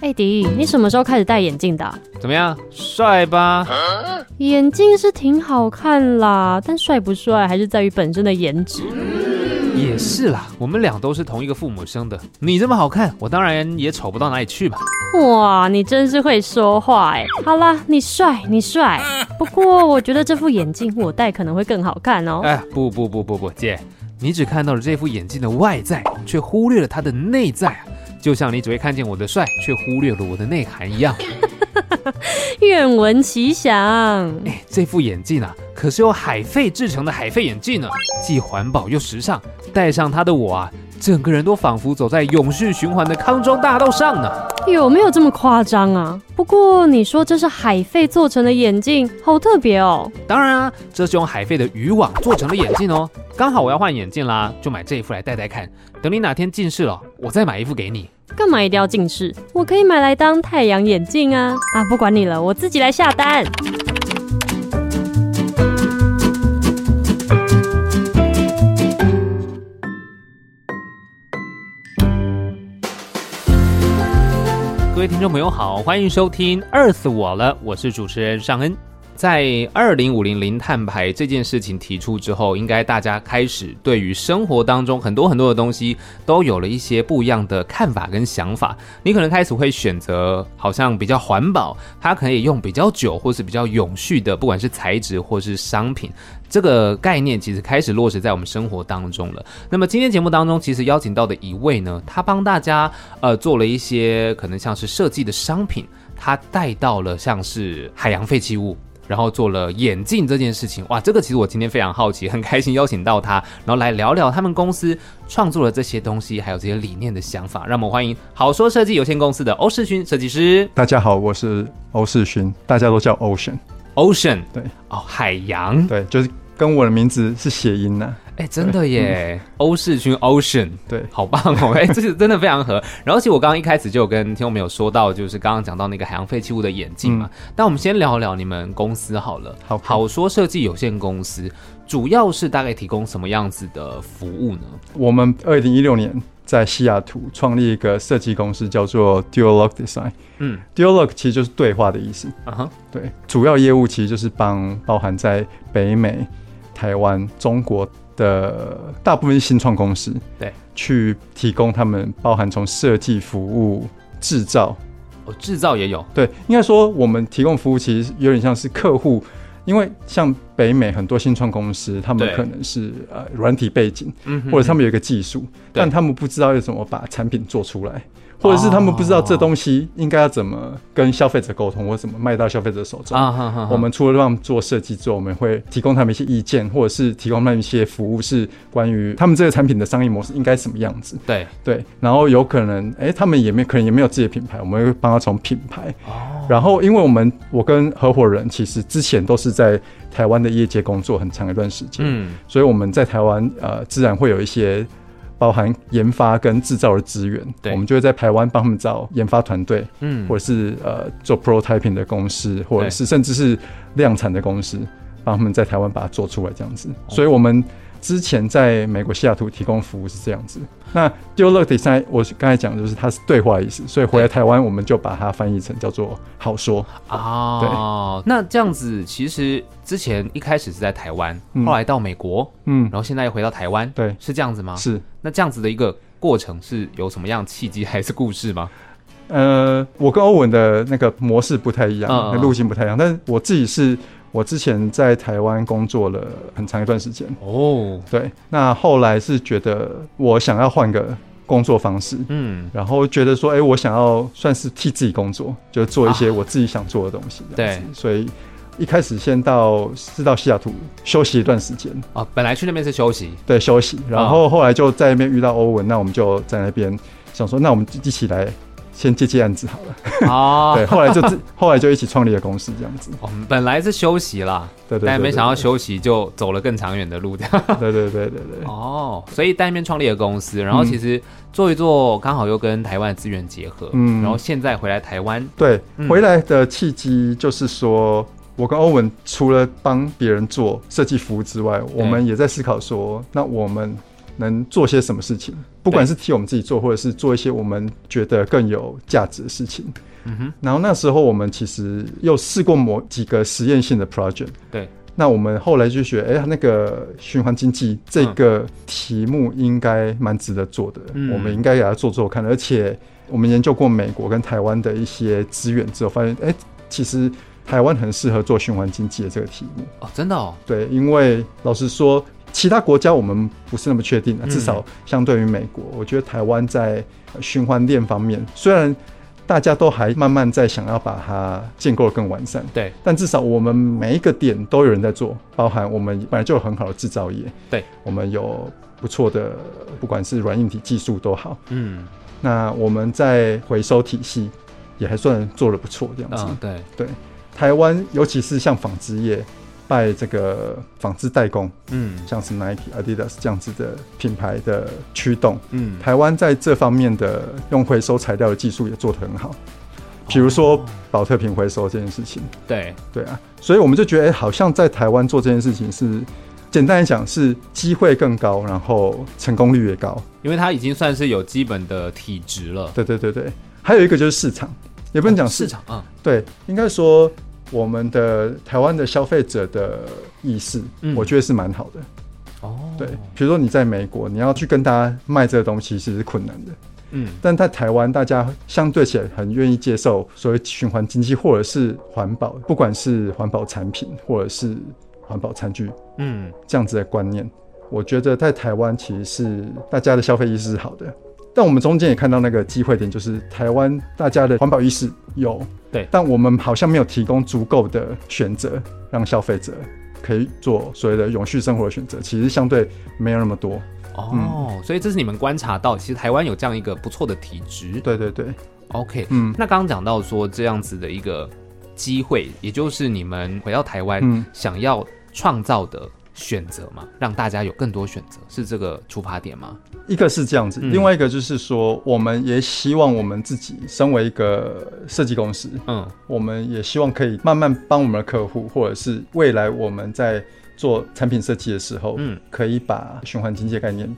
艾迪，你什么时候开始戴眼镜的啊、怎么样，帅吧？眼镜是挺好看啦，但帅不帅还是在于本身的颜值。也是啦，我们俩都是同一个父母生的，你这么好看，我当然也丑不到哪里去吧。哇，你真是会说话哎、好啦，你帅，你帅。不过我觉得这副眼镜我戴可能会更好看哦。哎，不不不不不，姐，你只看到了这副眼镜的外在，却忽略了它的内在啊。就像你只会看见我的帅，却忽略了我的内涵一样。哎愿闻其详。哎，这副眼镜啊，可是由海费制成的海费眼镜呢，既环保又时尚。戴上它的我啊，整个人都仿佛走在永续循环的康庄大道上呢。有没有这么夸张啊？不过你说这是海费做成的眼镜，好特别哦。当然啊，这是用海费的渔网做成的眼镜哦。刚好我要换眼镜啦，就买这一副来戴戴看。等你哪天近视了，我再买一副给你。干嘛一定要近视？我可以买来当太阳眼镜啊！啊，不管你了，我自己来下单。各位听众朋友好，欢迎收听《饿死我了》，我是主持人尚恩。在二零五零零碳排这件事情提出之后，应该大家开始对于生活当中很多很多的东西都有了一些不一样的看法跟想法。你可能开始会选择好像比较环保，它可以用比较久或是比较永续的，不管是材质或是商品，这个概念其实开始落实在我们生活当中了。那么今天节目当中，其实邀请到的一位呢，他帮大家呃做了一些可能像是设计的商品，他带到了像是海洋废弃物。然后做了眼镜这件事情，哇，这个其实我今天非常好奇，很开心邀请到他，然后来聊聊他们公司创作了这些东西，还有这些理念的想法。让我们欢迎好说设计有限公司的欧世勋设计师大家好，我是欧世勋，大家都叫 Ocean， ，Ocean，对，哦，海洋，对，就是跟我的名字是谐音呐、哎，真的耶，欧世勋 Ocean，嗯对好棒 哦！哎，这是真的非常合。然后，其实我刚刚一开始就有跟听众朋友说到，就是刚刚讲到那个海洋废弃物的眼镜嘛。那、我们先聊一聊你们公司好了。嗯好好说设计有限公司主要是大概提供什么样子的服务呢？我们二零一六年在西雅图创立一个设计公司，叫做 Dialog Design。嗯，Dialog 其实就是对话的意思。啊哈，对，主要业务其实就是帮包含在北美、台湾、中国的大部分新创公司，对，去提供他们包含从设计、服务、制造，哦，制造也有，对，应该说我们提供服务其实有点像是客户，因为像北美很多新创公司，他们对可能是呃软体背景，嗯哼或者他们有一个技术，对但他们不知道要怎么把产品做出来，或者是他们不知道这东西应该要怎么跟消费者沟通，或怎么卖到消费者手中。啊哈哈哈，我们除了让他们做设计之后，我们会提供他们一些意见，或者是提供他们一些服务，是关于他们这个产品的商业模式应该什么样子。对对，然后有可能，哎、他们也没可能也没有自己的品牌，我们会帮他从品牌。哦然后，因为我们我跟合伙人其实之前都是在台湾的业界工作很长一段时间，嗯所以我们在台湾呃，自然会有一些包含研发跟制造的资源，对我们就会在台湾帮他们找研发团队，嗯，或者是呃做 prototyping 的公司，或者对是甚至是量产的公司，帮他们在台湾把它做出来这样子。所以我们之前在美国西雅图提供服务是这样子。那 Deal Look Design，我刚才讲就是它是对话意思，所以回来台湾我们就把它翻译成叫做好说。哦，那这样子其实之前一开始是在台湾，嗯后来到美国，嗯然，后现在又回到台湾，对是这样子吗？。是。那这样子的一个过程是有什么样的契机还是故事吗？呃，我跟欧文的那个模式不太一样，嗯嗯嗯路径不太一样，但是我自己是我之前在台湾工作了很长一段时间，哦，对，那后来是觉得我想要换个工作方式，嗯，然后觉得说，哎、我想要算是替自己工作，就做一些我自己想做的东西、这样子对所以一开始先到是到西雅图休息一段时间，哦，本来去那边是休 息，对，休息，然嗯后后来就在那边遇到欧文，那我们就在那边想说，那我们一起来先接接案子好了。哦，对，后来就自后来就一起创立了公司这样子。我们哦本来是休息啦，对对对但没对想到对休息就走了更长远的路，这样。对对对对 对，哦，所以单面创立了公司，然后其实做一做，刚好又跟台湾的资源结合，嗯然后现在回来台湾，嗯对，回来的契机就是说。我跟欧文除了帮别人做设计服务之外，我们也在思考说，那我们能做些什么事情？不管是替我们自己做，或者是做一些我们觉得更有价值的事情。嗯哼，然后那时候我们其实又试过某几个实验性的 project。对，那我们后来就觉得，哎、那个循环经济这个题目应该蛮值得做的，嗯我们应该给它做做看。而且我们研究过美国跟台湾的一些资源之后，发现，哎、其实台湾很适合做循环经济的这个题目。哦，真的哦，对，因为老实说，其他国家我们不是那么确定的，啊嗯至少相对于美国，我觉得台湾在呃循环链方面，虽然大家都还慢慢在想要把它建构得更完善，对，但至少我们每一个点都有人在做，包含我们本来就有很好的制造业，对，我们有不错的，不管是软硬体技术都好，嗯，那我们在回收体系也还算做得不错，这样子。嗯，对，台湾尤其是像纺织业，拜这个纺织代工。嗯像是 Nike、Adidas 这样子的品牌的驱动。嗯，台湾在这方面的用回收材料的技术也做得很好，比如说保特瓶回收这件事情，对，对啊，所以我们就觉得、诶好像在台湾做这件事情是，简单来讲是机会更高，然后成功率也高。因为它已经算是有基本的体质了，对对对对，还有一个就是市场，也不能讲市市场，场，嗯对，应该说我们的台湾的消费者的意识，嗯我觉得是蛮好的。哦，对，比如说你在美国，你要去跟大家卖这个东西，其实是困难的。嗯，但在台湾，大家相对起来很愿意接受所谓循环经济或者是环保，不管是环保产品或者是环保餐具嗯这样子的观念。我觉得在台湾其实是大家的消费意识是好的，但我们中间也看到那个机会点，就是台湾大家的环保意识有，对但我们好像没有提供足够的选择让消费者。可以做所谓的永续生活的选择，其实相对没有那么多。嗯哦，所以这是你们观察到，其实台湾有这样一个不错的体质。对对对， OK，嗯那刚刚讲到说这样子的一个机会，也就是你们回到台湾、嗯想要创造的选择嘛，让大家有更多选择，是这个出发点吗？一个是这样子，嗯另外一个就是说，我们也希望我们自己身为一个设计公司，嗯，我们也希望可以慢慢帮我们的客户，或者是未来我们在做产品设计的时候，嗯嗯，可以把循环经济概念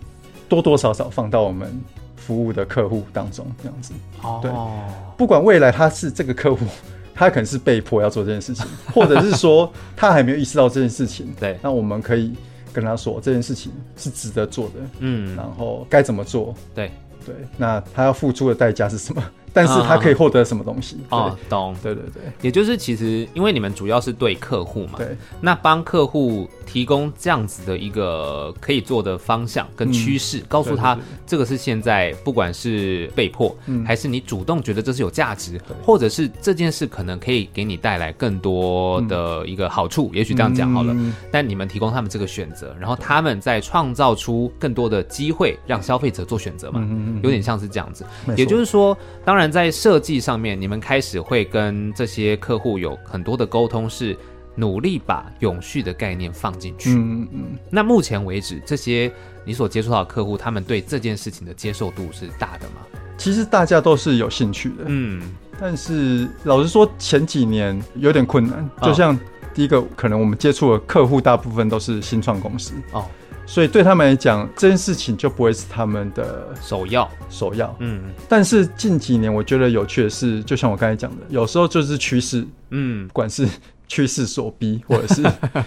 多多少少放到我们服务的客户当中，这样子。哦，不管未来他是这个客户，他可能是被迫要做这件事情，或者是 说他还没有意识到这件事情，对那我们可以跟他说这件事情是值得做的，嗯，然后该怎么做，对，啊对，那他要付出的代价是什么？但是他可以获得什么东西？哦，懂。对对对也就是其实因为你们主要是对客户嘛，对对，那帮客户提供这样子的一个可以做的方向跟趋势，告诉他嗯对对对这个是现在不管是被迫，嗯还是你主动觉得这是有价值，或者是这件事可能可以给你带来更多的一个好处，也许这样讲好了。嗯但你们提供他们这个选择，然后他们再创造出更多的机会让消费者做选择嘛，嗯嗯嗯有点像是这样子。没错也就是说，当然在设计上面，你们开始会跟这些客户有很多的沟通，是努力把永续的概念放进去。嗯嗯那目前为止，这些你所接触到的客户，他们对这件事情的接受度是大的吗？嗯，其实大家都是有兴趣的，嗯，但是老实说，前几年有点困难。啊就像第一个，可能我们接触的客户大部分都是新创公司，哦，所以对他们来讲，这件事情就不会是他们的首要，首要。嗯但是近几年我觉得有趣的是，就像我刚才讲的，有时候就是趋势，嗯不，管是趋势所逼，或者 是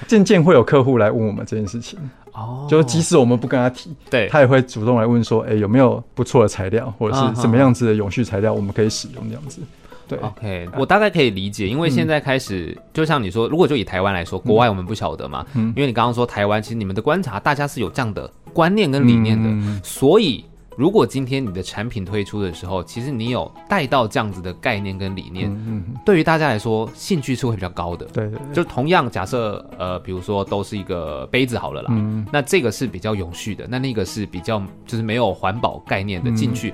渐渐会有客户来问我们这件事情，哦就是即使我们不跟他提，对，他也会主动来问说，哎、有没有不错的材料，或者啊哦是哈什么样子的永续材料我们可以使用这样子。对， OK，我大概可以理解，因为现在开始，就像你说，如果就以台湾来说，国外我们不晓得嘛，嗯因为你刚刚说台湾，其实你们的观察，大家是有这样的观念跟理念的，嗯所以如果今天你的产品推出的时候，其实你有带到这样子的概念跟理念，嗯嗯，对于大家来说，兴趣是会比较高的。对对对，就同样假设，呃，比如说都是一个杯子好了啦，嗯那这个是比较永续的，那那个是比较就是没有环保概念的嗯进去，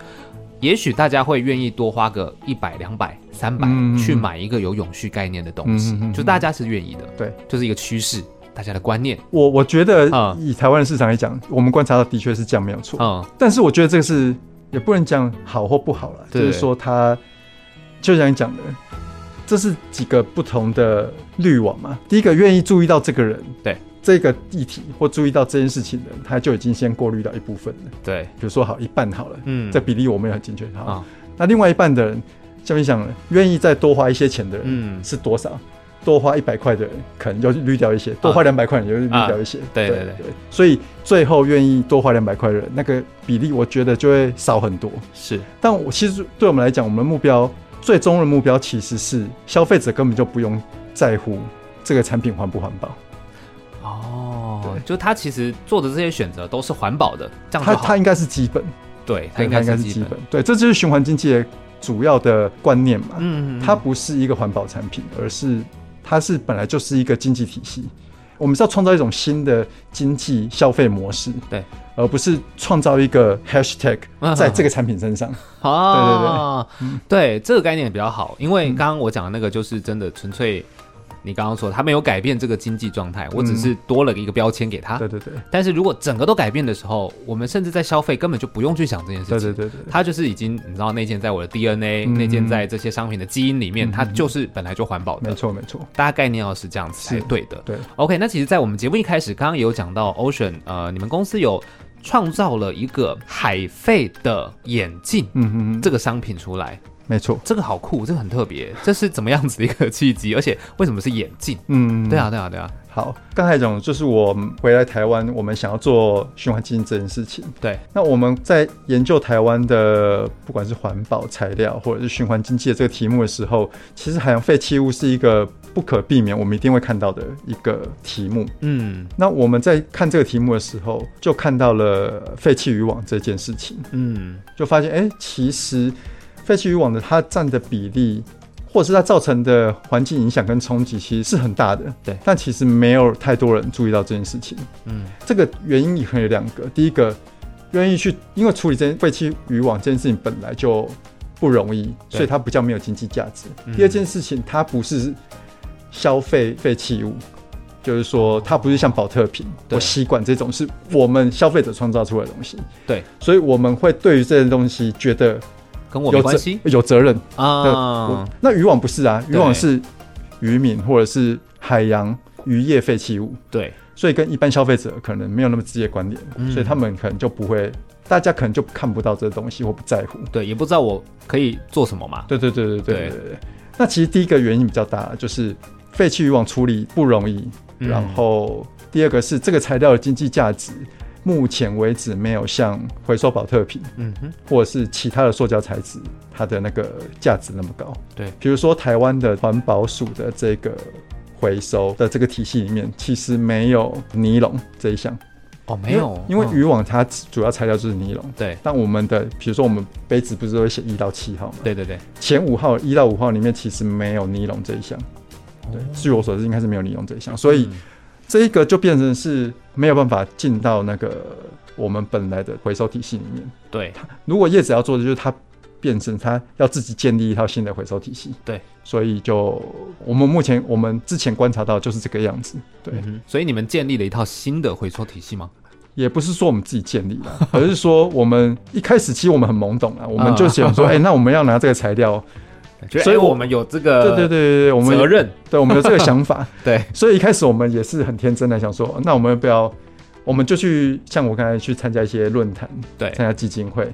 也许大家会愿意多花个一百、两百、三百嗯嗯嗯去买一个有永续概念的东西，嗯嗯嗯嗯就大家是愿意的，对，就是一个趋势，大家的观念，我我觉得啊以台湾的市场来讲，我们观察到的确是这样没有错，嗯但是我觉得这个是也不能讲好或不好了，就对是说它就像你讲的，这是几个不同的滤网嘛。第一个愿意注意到这个人，对这个议题或注意到这件事情的人，他就已经先过滤到一部分了。对，比如说好一半好了，嗯这比例我们也很精确。好，啊那另外一半的人，像你讲的，愿意再多花一些钱的人、嗯，是多少？多花一百块的人可能就滤掉一些，多花两百块的人就滤掉一些。啊对对对所以最后愿意多花两百块的人，那个比例我觉得就会少很多。是但我其实对我们来讲，我们的目标最终的目标其实是消费者根本就不用在乎这个产品环不环保，哦对，就他其实做的这些选择都是环保的，这样它就好它，应该是基本，对，他对应它该应是该是基基本，本，对，这就是循环经济的主要的观念嘛。嗯，嗯嗯它不是一个环保产品，而是它是本来就是一个经济体系。我们是要创造一种新的经济消费模式，对，而不是创造一个 hashtag 嗯在这个产品身 上。哦，对对对嗯对这个概念比较好，因为嗯刚刚我讲的那个就是真的纯粹，你刚刚说它没有改变这个经济状态，我只是多了一个标签给它。对对对，但是如果整个都改变的时候，我们甚至在消费根本就不用去想这件事情。对对对对，它就是已经你知道内建在我的 DNA，、嗯内建在这些商品的基因里面，嗯它就是本来就环保没的。错没错，大家概念要是这样子才是对的。对， OK，那其实，在我们节目一开始，刚刚也有讲到 Ocean，呃，你们公司有创造了一个海费的眼镜。嗯嗯，这这个商品出来，没错，这个好酷，这个很特别，这是怎么样子的一个契机？而且为什么是眼镜？嗯，对啊，对啊，对啊，好，刚才讲的就是我们回来台湾，我们想要做循环经济这件事情。对，那我们在研究台湾的不管是环保材料或者是循环经济的这个题目的时候，其实海洋废弃物是一个不可避免，我们一定会看到的一个题目。嗯那我们在看这个题目的时候，就看到了废弃渔网这件事情，嗯，就发现哎、诶其实废弃渔网的它占的比例。或者是它造成的环境影响跟冲击其实是很大的，对但其实没有太多人注意到这件事情。嗯，这个原因也可能有两个，第一个愿意去，因为处理这件废弃渔网这件事情本来就不容易，对所以它比较没有经济价值。嗯第二件事情，它不是消费废弃物。就是说，它不是像保特瓶、对或吸管这种是我们消费者创造出来的东西，对，所以我们会对于这些东西觉得跟我没有呃责关系有责任。啊。那渔网不是啊，渔对网是渔民或者是海洋渔业废弃物，对，所以跟一般消费者可能没有那么直接关联，嗯所以他们可能就不会，大家可能就看不到这东西或不在乎。对，也不知道我可以做什么嘛。对对对对对对对对对。那其实第一个原因比较大，就是废弃渔网处理不容易，嗯然后第二个是这个材料的经济价值。目前为止，没有像回收保特瓶嗯哼，或者是其他的塑胶材质，它的那个价值那么高。对，比如说台湾的环保署的这个回收的这个体系里面，其实没有尼龙这一项。哦，没有，因为因为嗯渔网它主要材料就是尼龙。对但我们的，比如说我们杯子不是都会写一到七号嘛？，对对对，前五号一到五号里面其实没有尼龙这一项，对，据我所知应该是没有尼龙这一项，所以哦嗯这一个就变成是没有办法进到那个我们本来的回收体系里面。对，如果叶子要做的就是它变成它要自己建立一套新的回收体系，对，所以就我们目前我们之前观察到就是这个样子，对，嗯哼所以你们建立了一套新的回收体系吗？也不是说我们自己建立了，而是说我们一开始其实我们很懵懂啊，我啊们就想 说，哎、那我们要拿这个材料，觉得所以哎我我们有这个对对对对对，我们责任，对我们有这个想法，对所以一开始我们也是很天真的想说，那我们要不要我们就去像我刚才去参加一些论坛，对参加基金会，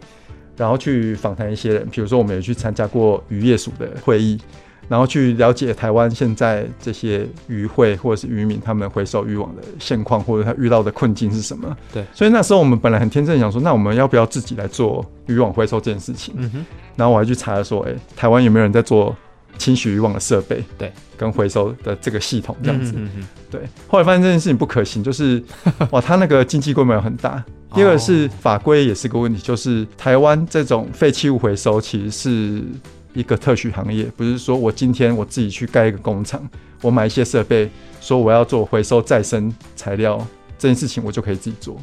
然后去访谈一些人，比如说我们也去参加过渔业署的会议，然后去了解台湾现在这些渔会或者是渔民他们回收渔网的现况，或者他遇到的困境是什么。对所以那时候我们本来很天真地想说，那我们要不要自己来做渔网回收这件事情？嗯哼，然后我还去查说，哎、台湾有没有人在做清洗渔网的设备？对，跟回收的这个系统这样子。嗯嗯对，后来发现这件事情不可行，就是 哇，它那个经济规模很大。第二个是哦法规也是个问题，就是台湾这种废弃物回收其实是一个特许行业，不是说我今天我自己去盖一个工厂，我买一些设备，说我要做回收再生材料这件事情，我就可以自己做。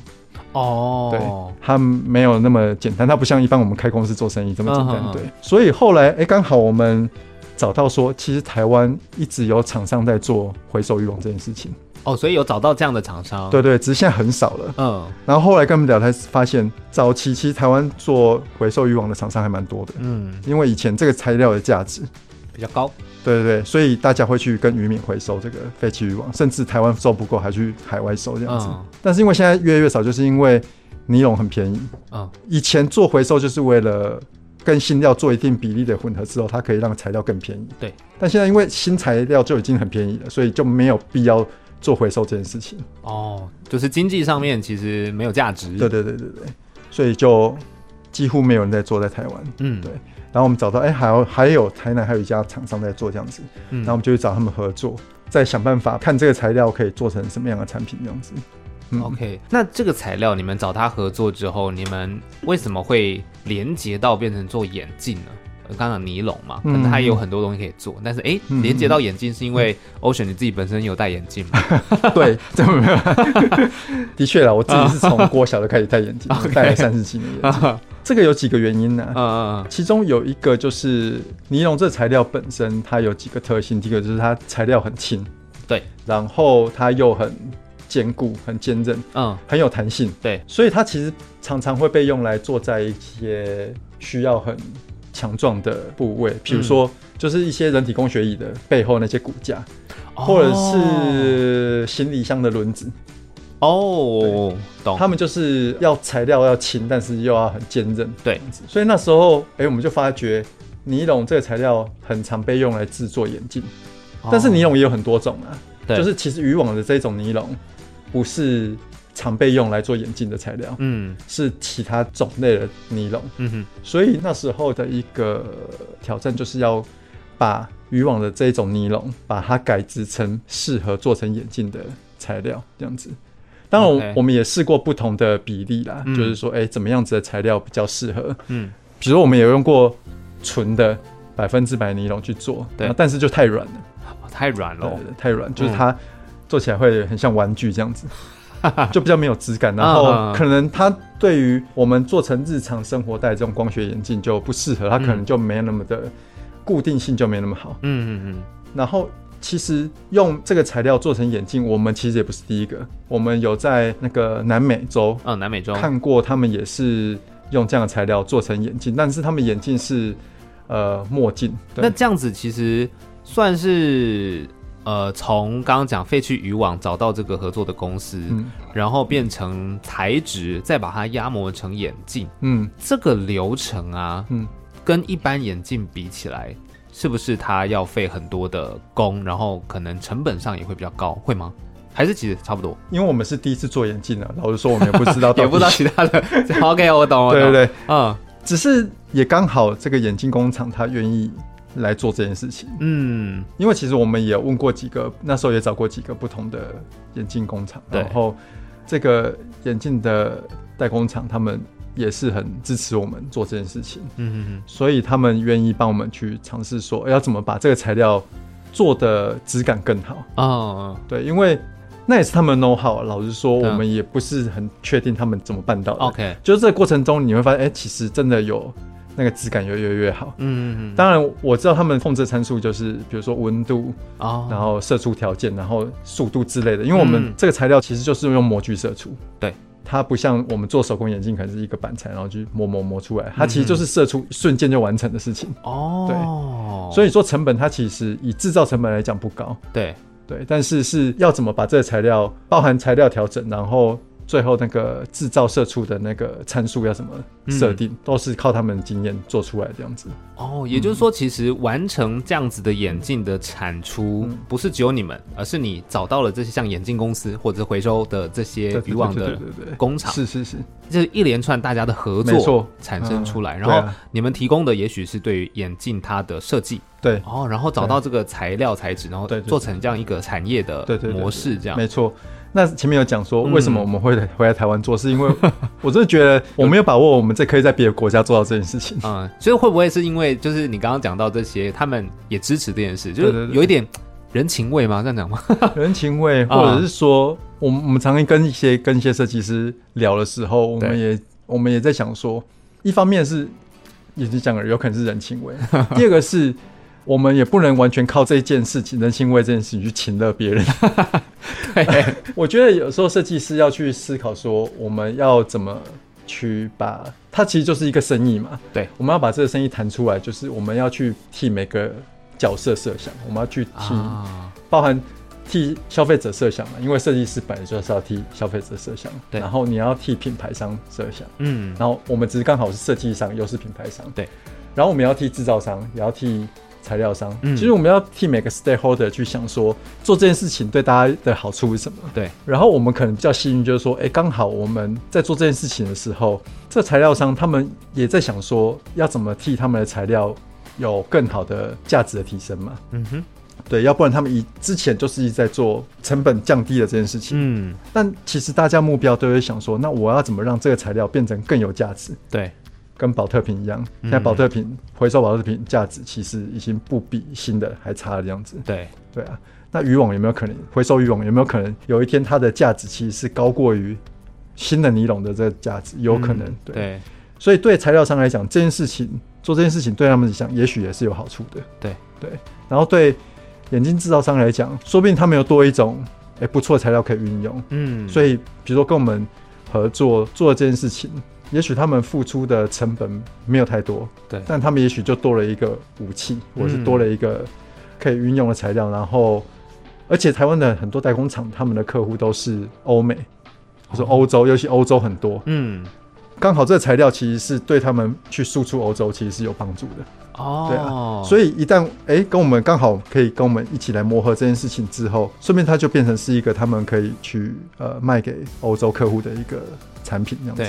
哦，它没有那么简单，它不像一般我们开公司做生意这么简单。嗯嗯嗯对，所以后来哎，刚、好我们找到说，其实台湾一直有厂商在做回收渔网这件事情。哦，所以有找到这样的厂商，对，对，只是现在很少了。嗯然后后来跟他们聊，才发现早期其实台湾做回收渔网的厂商还蛮多的，嗯，因为以前这个材料的价值，比较高，对对对，所以大家会去跟渔民回收这个废弃渔网，甚至台湾收不够还去海外收这样子。嗯但是因为现在越来越少，就是因为尼龙很便宜，嗯，以前做回收就是为了跟新料做一定比例的混合之后，它可以让材料更便宜。对，但现在因为新材料就已经很便宜了，所以就没有必要做回收这件事情。哦，就是经济上面其实没有价值，对，对对对对，所以就几乎没有人在做在台湾。嗯对然后我们找到，哎、还有还有台南还有一家厂商在做这样子，嗯然后我们就去找他们合作，再想办法看这个材料可以做成什么样的产品这样子。嗯 OK，那这个材料你们找他合作之后，你们为什么会连接到变成做眼镜呢？呃刚刚讲尼龙嘛，可能嗯它也有很多东西可以做，但是哎，嗯连接到眼镜是因为 Ocean 你自己本身有戴眼镜嘛？ 对，这没有，啊的确啦，我自己是从郭小就开始戴眼镜，戴了三十几年眼镜。这个有几个原因呢、嗯嗯其中有一个就是尼龙这材料本身，它有几个特性。第一个就是它材料很轻，对，然后它又很坚固、很坚韧，嗯，很有弹性，对，所以它其实常常会被用来做在一些需要很强壮的部位，比如说就是一些人体工学椅的背后那些骨架，嗯或者是行李箱的轮子，哦，懂，他们就是要材料要轻，但是又要很坚韧。对，所以那时候，哎、我们就发觉尼龙这个材料很常被用来制作眼镜，但是尼有龙也有很多种啊，哦对就是其实渔网的这种尼龙不是常被用来做眼镜的材料，嗯是其他种类的尼龙。嗯哼所以那时候的一个挑战就是要把渔网的这种尼龙，把它改制成适合做成眼镜的材料，这样子。当然，我 OK 我们也试过不同的比例啦，嗯就是说，哎、怎么样子的材料比较适合？嗯比如说，我们有用过纯的百分之百尼龙去做，对那但是就太软了，哦太软了对，太软，嗯就是它做起来会很像玩具 这样子，就比较没有质感。然嗯后嗯嗯可能它对于我们做成日常生活戴这种光学眼镜就不适合，它可能就没有那么的固定性就没那么好。嗯嗯然后其实用这个材料做成眼镜，我们其实也不是第一个，我们有在那个南美洲嗯，哦，南美洲，看过，他们也是用这样的材料做成眼镜，但是他们眼镜是呃墨镜，对那这样子其实算是呃，从刚刚讲废弃渔网找到这个合作的公司，嗯然后变成材质，再把它压磨成眼镜，嗯这个流程啊，嗯，跟一般眼镜比起来，是不是它要费很多的工，然后可能成本上也会比较高，会吗？还是其实差不多，因为我们是第一次做眼镜啊，老实说我们也不知道到底， 也不知道其他的。OK，我 懂，我懂。对对对。嗯只是也刚好这个眼镜工厂他愿意来做这件事情，嗯，因为其实我们也问过几个，那时候也找过几个不同的眼镜工厂，对然后这个眼镜的代工厂他们也是很支持我们做这件事情，嗯所以他们愿意帮我们去尝试说哎要怎么把这个材料做的质感更好，嗯嗯哦，对，因为那也是他们 know how，老实说对我啊们也不是很确定他们怎么办到的。 OK，就是这个过程中，你会发现，哎、其实真的有那个质感有越来越好。嗯嗯嗯，当然，我知道他们控制参数就是，比如说温度，哦，然后射出条件，然后速度之类的。因为我嗯们这个材料其实就是用模具射出，对，它不像我们做手工眼镜，可能是一个板材，然后去磨磨磨出来，它嗯其实就是射出瞬间就完成的事情。哦，所以以说成本它其实以制造成本来讲不高，对，对，但是是要怎么把这个材料包含材料调整，然后最后那个制造射出的那个参数要怎么设嗯定，都是靠他们的经验做出来的样子。哦，也就是说，嗯其实完成这样子的眼镜的产出，嗯不是只有你们，而是你找到了这些像眼镜公司或者回收的这些渔网对的对对对工厂，是是是，这一连串大家的合没作错产生出来，嗯然对后啊你们提供的也许是对于眼镜它的设计，对哦，然后找到这个材料材质，然后对对对做成这样一个产业的对对对对模式，这样没错。那前面有讲说，为什么我们会回来台湾做，是因为我真的觉得我没有把握，我们这可以在别的国家做到这件事情。嗯，所以会不会是因为就是你刚刚讲到这些，他们也支持这件事，就对对是对有一点人情味吗？这样讲吗？ 人情味，啊或者是说，我们我们常常跟一些跟一些设计师聊的时候，我对们也我们也在想说，一方面是也是讲了，有可能是人情味； 第二个是我们也不能完全靠这件事情人情味这件事情去请乐别人。 对，我觉得有时候设计师要去思考说，我们要怎么去把它其实就是一个生意嘛。对，我们要把这个生意谈出来，就是我们要去替每个角色设想，我们要去 替啊。包含替消费者设想嘛，因为设计师本来就是要替消费者设想，对然后你要替品牌商设想，嗯，然后我们只是刚好是设计商，又是品牌商，对，然后我们要替制造商，也要替材料商，嗯其实我们要替每个 stakeholder 去想说做这件事情对大家的好处是什么，对，然后我们可能比较幸运，就是说，哎，刚好我们在做这件事情的时候，这材料商他们也在想说要怎么替他们的材料有更好的价值的提升嘛，嗯哼，对，要不然他们以之前就是一直在做成本降低的这件事情。嗯，但其实大家目标都会想说，那我要怎么让这个材料变成更有价值？对，跟保特瓶一样，现在保特瓶回收保特瓶价值其实已经不比新的还差的样子。对，对啊，那渔网有没有可能回收渔网有没有可能有一天它的价值其实是高过于新的尼龙的这个价值？有可能，嗯对。所以对材料商来讲，这件事情做这件事情对他们来讲，也许也是有好处的。对对，然后对眼镜制造商来讲，说不定他们有多一种诶、不错的材料可以运用。嗯，所以以比如说跟我们合作做这件事情，也许他们付出的成本没有太多，对但他们也许就多了一个武器，或者是嗯多了一个可以运用的材料，然后。而且台湾的很多代工厂，他们的客户都是欧美，或哦者欧洲，尤其欧洲很多，嗯，刚好这个材料其实是对他们去输出欧洲其实是有帮助的，哦，对啊。所以一旦哎、跟我们刚好可以跟我们一起来磨合这件事情之后，顺便它就变成是一个他们可以去呃卖给欧洲客户的一个产品这样子。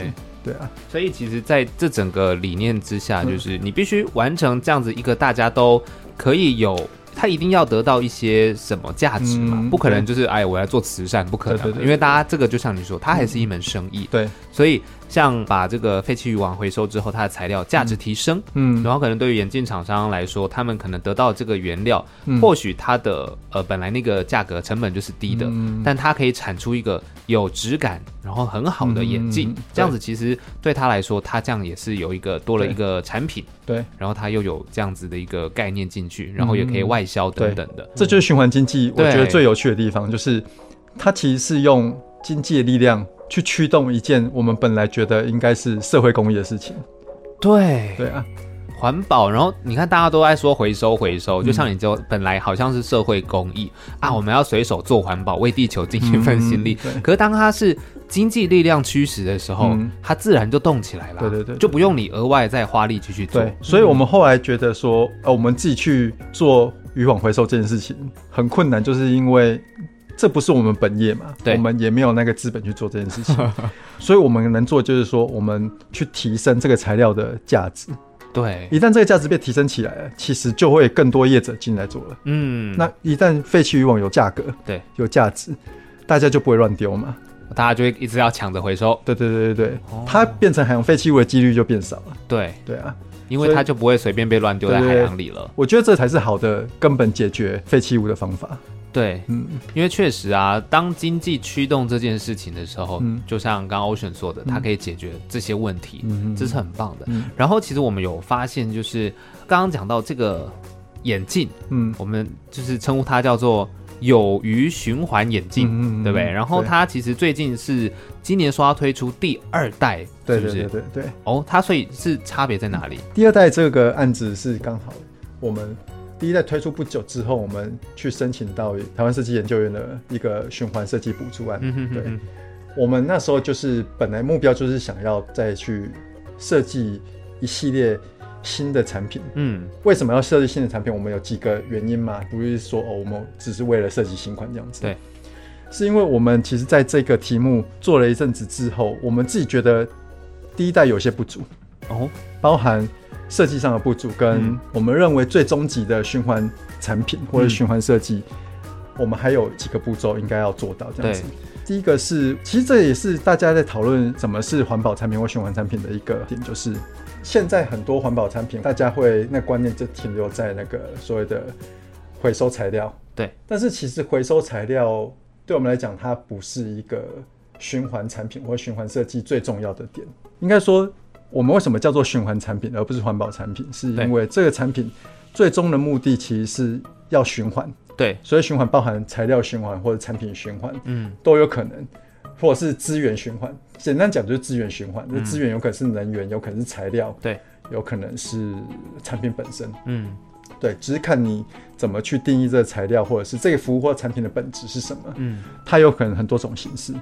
对对啊，所以其实在这整个理念之下，嗯就是你必须完成这样子一个大家都可以有。他一定要得到一些什么价值嘛？嗯不可能就是哎，我要做慈善，不可能嘛，对对对因为大家这个就像你说，它还是一门生意。对，所以像把这个废弃渔网回收之后，它的材料价值提升，嗯然后可能对于眼镜厂商来说，他们可能得到这个原料，嗯或许它的呃本来那个价格成本就是低的，嗯但它可以产出一个有质感，然后很好的眼镜，嗯这样子其实对他来说，他这样也是有一个多了一个产品，对，然后他又有这样子的一个概念进去，然后也可以外销等等的，嗯这就是循环经济，我对觉得最有趣的地方就是它其实是用经济的力量去驱动一件我们本来觉得应该是社会公益的事情。嗯对对啊，环保，然后你看大家都在说回收回嗯收，就像你就本来好像是社会公益、啊，我们要随手做环保，为地球 尽一份心力。嗯对可是当它是经济力量驱使的时候，嗯它自然就动起来了，啊对对对对就不用你额外再花力去去做。嗯对，所以我们后来觉得说，呃，我们自己去做渔网回收这件事情很困难，就是因为这不是我们本业嘛，对我们也没有那个资本去做这件事情， 所以我们能做就是说，我们去提升这个材料的价值。嗯对，一旦这个价值被提升起来了，其实就会更多业者进来做了。嗯，那一旦废弃渔网有价格，对，有价值，大家就不会乱丢嘛。大家就会一直要抢着回收，对对对对对哦，它变成海洋废弃物的几率就变少了。对，对啊，因为所以它就不会随便被乱丢在对海对洋里了。我觉得这才是好的根本解决废弃物的方法。对，嗯。因为确实啊，当经济驱动这件事情的时候，嗯就像刚刚 Ocean 说的，它可以解决这些问题，嗯嗯嗯这是很棒的。嗯然后其实我们有发现，就是刚刚讲到这个眼镜，嗯，我们就是称呼它叫做有鱼循环眼镜，嗯嗯嗯对不对？嗯然后对它其实最近是今年说要推出第二代，对是不对是？对对对。哦，它所以是差别在哪里？第二代这个案子是刚好我们第一代推出不久之后，我们去申请到台湾设计研究院的一个循环设计补助案。嗯哼哼对哼，我们那时候就是本来目标就是想要再去设计一系列新的产品。嗯为什么要设计新的产品？我们有几个原因嘛，不是说哦，我们只是为了设计新款这样子。对，是因为我们其实在这个题目做了一阵子之后，我们自己觉得第一代有些不足，哦包含设计上的不足，跟嗯我们认为最终极的循环产品或者嗯循环设计，我们还有几个步骤应该要做到这样子对。第一个是，其实这也是大家在讨论什么是环保产品或循环产品的一个点，就是现在很多环保产品，大家会那观念就停留在那个所谓的回收材料。对，但是其实回收材料对我们来讲，它不是一个循环产品或循环设计最重要的点。应该说，我们为什么叫做循环产品而不是环保产品，是对因为这个产品最终的目的其实是要循环，对，所以循环包含材料循环或者产品循环嗯都有可能，或者是资源循环。简单讲就是资源循环，那资源有可能是能源，有可能是材料，嗯对，有可能是产品本身。嗯对，只是看你怎么去定义这个材料，或者是这个服务或产品的本质是什么。嗯它有可能很多种形式，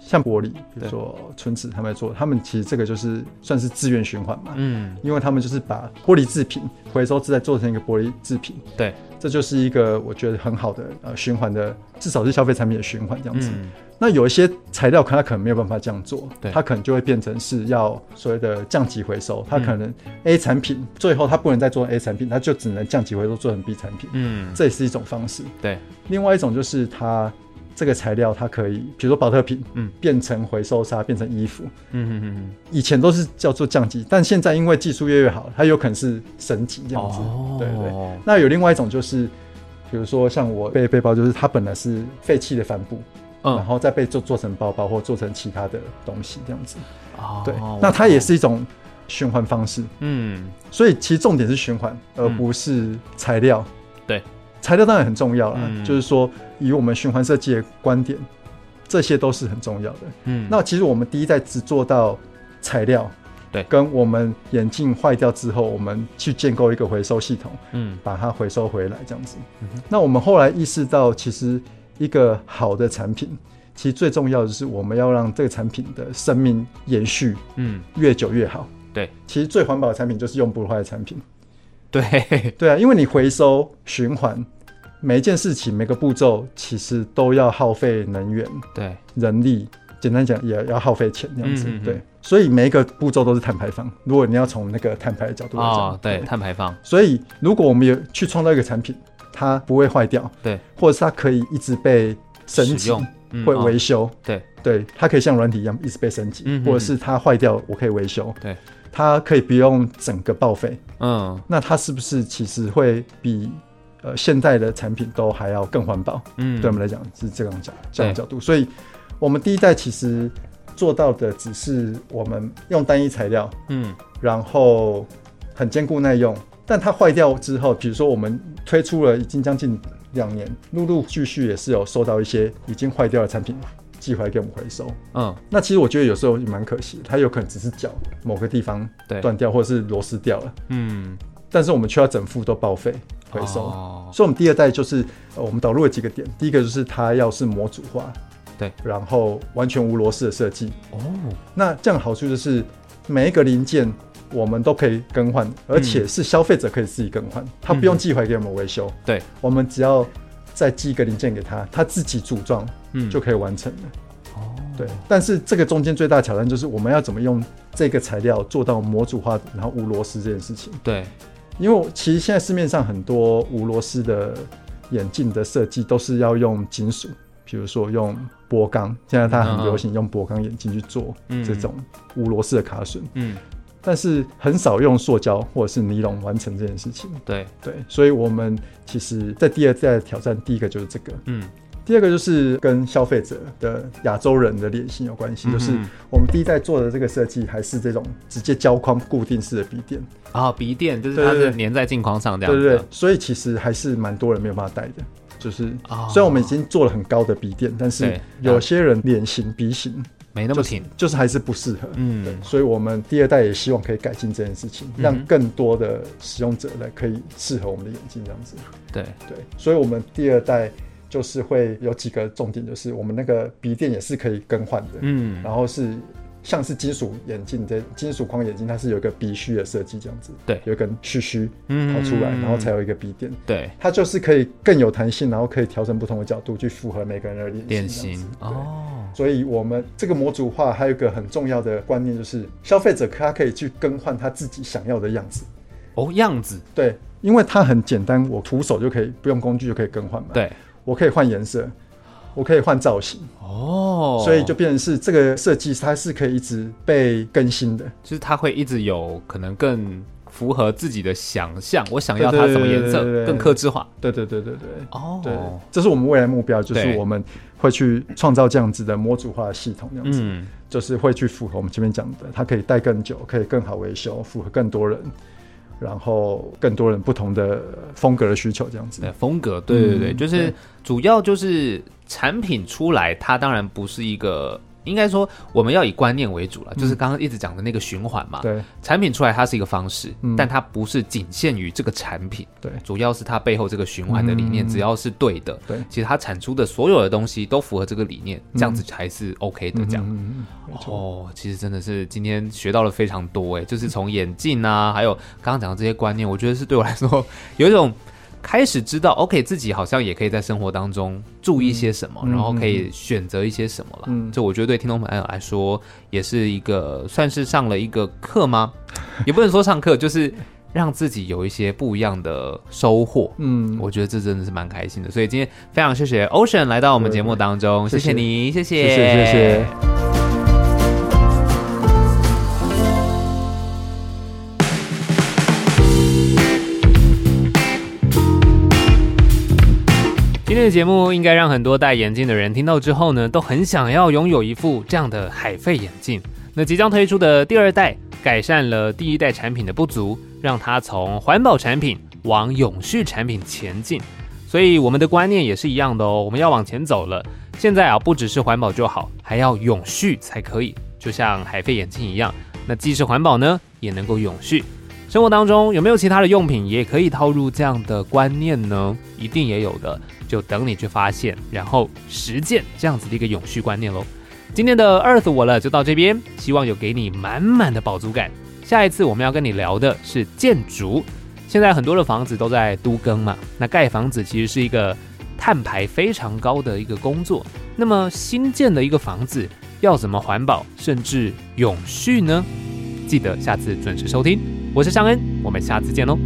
像玻璃，比如对说唇齿他们在做，他们其实这个就是算是资源循环嘛，嗯，因为他们就是把玻璃制品回收制再做成一个玻璃制品，对，这就是一个我觉得很好的呃循环的，至少是消费产品的循环这样子。嗯那有一些材料，它可能没有办法这样做对，它可能就会变成是要所谓的降级回收，它可能嗯 A 产品、最后它不能再做 A 产品，它就只能降级回收做成 B 产品，嗯，这也是一种方式。对，另外一种就是它这个材料，它可以比如说保特瓶，嗯嗯，变成回收纱，变成衣服。嗯嗯以前都是叫做降级，但现在因为技术越来越好，它有可能是升级这嗯，样子。哦，对对。那有另外一种就是，比如说像我背背包，就是它本来是废弃的帆布，然嗯，后再被做做成包包或做成其他的东西这样子。哦对，那它也，是一种循环方式。嗯，所以其实重点是循环，而不是材料。对，材料当然很重要啦，嗯就是说以我们循环设计的观点，这些都是很重要的。嗯，那其实我们第一代只做到材料，对跟我们眼镜坏掉之后，我们去建构一个回收系统，嗯把它回收回来这样子。嗯哼那我们后来意识到，其实一个好的产品，其实最重要的是我们要让这个产品的生命延续嗯，越久越好。对，其实最环保的产品就是用不坏的产品。对，对啊，因为你回收循环，每一件事情每个步骤其实都要耗费能源、对，人力，简单讲也要耗费钱这样子。嗯嗯嗯对，所以每一个步骤都是碳排放。如果你要从那个碳排的角度来讲，哦，对，碳排放，所以如果我们有去创造一个产品，它不会坏掉，对，或者是它可以一直被升使级用，嗯会哦维修，对对，它可以像软体一样一直被升级，嗯嗯嗯或者是它坏掉我可以维修，对，它可以不用整个报废。嗯那它是不是其实会比呃现代的产品都还要更环保？嗯，对我们来讲是这样角这样的角度，所以我们第一代其实做到的只是我们用单一材料，嗯然后很坚固耐用，但它坏掉之后，比如说我们推出了已经将近两年，陆陆续续也是有收到一些已经坏掉的产品寄回来给我们回收。嗯，那其实我觉得有时候也蛮可惜，它有可能只是脚某个地方对，断掉，或者是螺丝掉了。嗯，但是我们却要整副都报废回收。哦所以，我们第二代就是、呃我们导入了几个点，第一个就是它要是模组化，对，然后完全无螺丝的设计。哦，那这样的好处就是每一个零件我们都可以更换，嗯而且是消费者可以自己更换，他不用寄回给我们维修，对，我们只要再寄一个零件给他，他自己组装嗯，就可以完成了。哦，对，但是这个中间最大的挑战就是我们要怎么用这个材料做到模组化，然后无螺丝这件事情。对，因为我其实现在市面上很多无螺丝的眼镜的设计都是要用金属，比如说用波钢，现在它很流行用波钢眼镜去做嗯这种无螺丝的卡榫，嗯，但是很少用塑胶或者是尼龙完成这件事情。对，对，所以我们其实在第二代的挑战，第一个就是这个，嗯，第二个就是跟消费者的亚洲人的脸型有关系，就是嗯哼我们第一代做的这个设计还是这种直接胶框固定式的笔电。啊，鼻垫就是对它对是粘在镜框上这样对子啊对的，对，所以其实还是蛮多人没有办法戴的。就是哦虽然我们已经做了很高的鼻垫，但是对有些人脸型、鼻型没那么就挺是，就是还是不适合。嗯对，所以我们第二代也希望可以改进这件事情，让更多的使用者来可以适合我们的眼镜这样子。对，对，所以我们第二代就是会有几个重点，就是我们那个鼻垫也是可以更换的，嗯，然后是像是金属眼镜这金属框眼镜，它是有一个鼻须的设计，这样子，对有一根须须嗯跑出来，然后才有一个鼻垫，对它就是可以更有弹性，然后可以调整不同的角度去符合每个人的典脸型这样型子。对哦，所以我们这个模组化还有一个很重要的观念，就是消费者他可以去更换他自己想要的样子。哦样子，对，因为它很简单，我徒手就可以，不用工具就可以更换嘛。，对我可以换颜色，我可以换造型，哦，所以就变成是这个设计它是可以一直被更新的。就是它会一直有可能更符合自己的想象，我想要它什么颜色对对对对对更克制化对对对对对。哦，对，这是我们未来目标，就是对我们会去创造这样子的模组化的系统，这样子、嗯，就是会去符合我们前面讲的，它可以戴更久，可以更好维修，符合更多人，然后更多人不同的风格的需求，这样子。对风格，对对对，嗯就是对主要就是产品出来，它当然不是一个。应该说，我们要以观念为主了，就是刚刚一直讲的那个循环嘛。嗯对产品出来它是一个方式，嗯但它不是仅限于这个产品，对主要是它背后这个循环的理念，嗯只要是对的，对嗯其实它产出的所有的东西都符合这个理念，这样子才是 OK 的。这样，嗯嗯嗯没错哦，其实真的是今天学到了非常多哎，就是从眼镜啊，还有刚刚讲的这些观念，我觉得是对我来说有一种开始知道，OK，自己好像也可以在生活当中注意些什么，嗯然后可以选择一些什么了。嗯这我觉得对听众朋友来说也是一个算是上了一个课吗？ 也不能说上课，就是让自己有一些不一样的收获。嗯，我觉得这真的是蛮开心的，所以今天非常谢谢 Ocean 来到我们节目当中，对对谢谢你，谢谢，谢谢谢谢。今天的节目应该让很多戴眼镜的人听到之后呢，都很想要拥有一副这样的海费眼镜。那即将推出的第二代改善了第一代产品的不足，让它从环保产品往永续产品前进。所以我们的观念也是一样的哦，我们要往前走了。现在啊，不只是环保就好，还要永续才可以。就像海费眼镜一样，那既是环保呢，也能够永续。生活当中有没有其他的用品也可以套入这样的观念呢？一定也有的。就等你去发现，然后实践这样子的一个永续观念喽。今天的 Earth 我了就到这边，希望有给你满满的饱足感。下一次我们要跟你聊的是建筑，现在很多的房子都在都更嘛，那盖房子其实是一个碳排非常高的一个工作。那么新建的一个房子要怎么环保，甚至永续呢？记得下次准时收听，我是尚恩，我们下次见喽，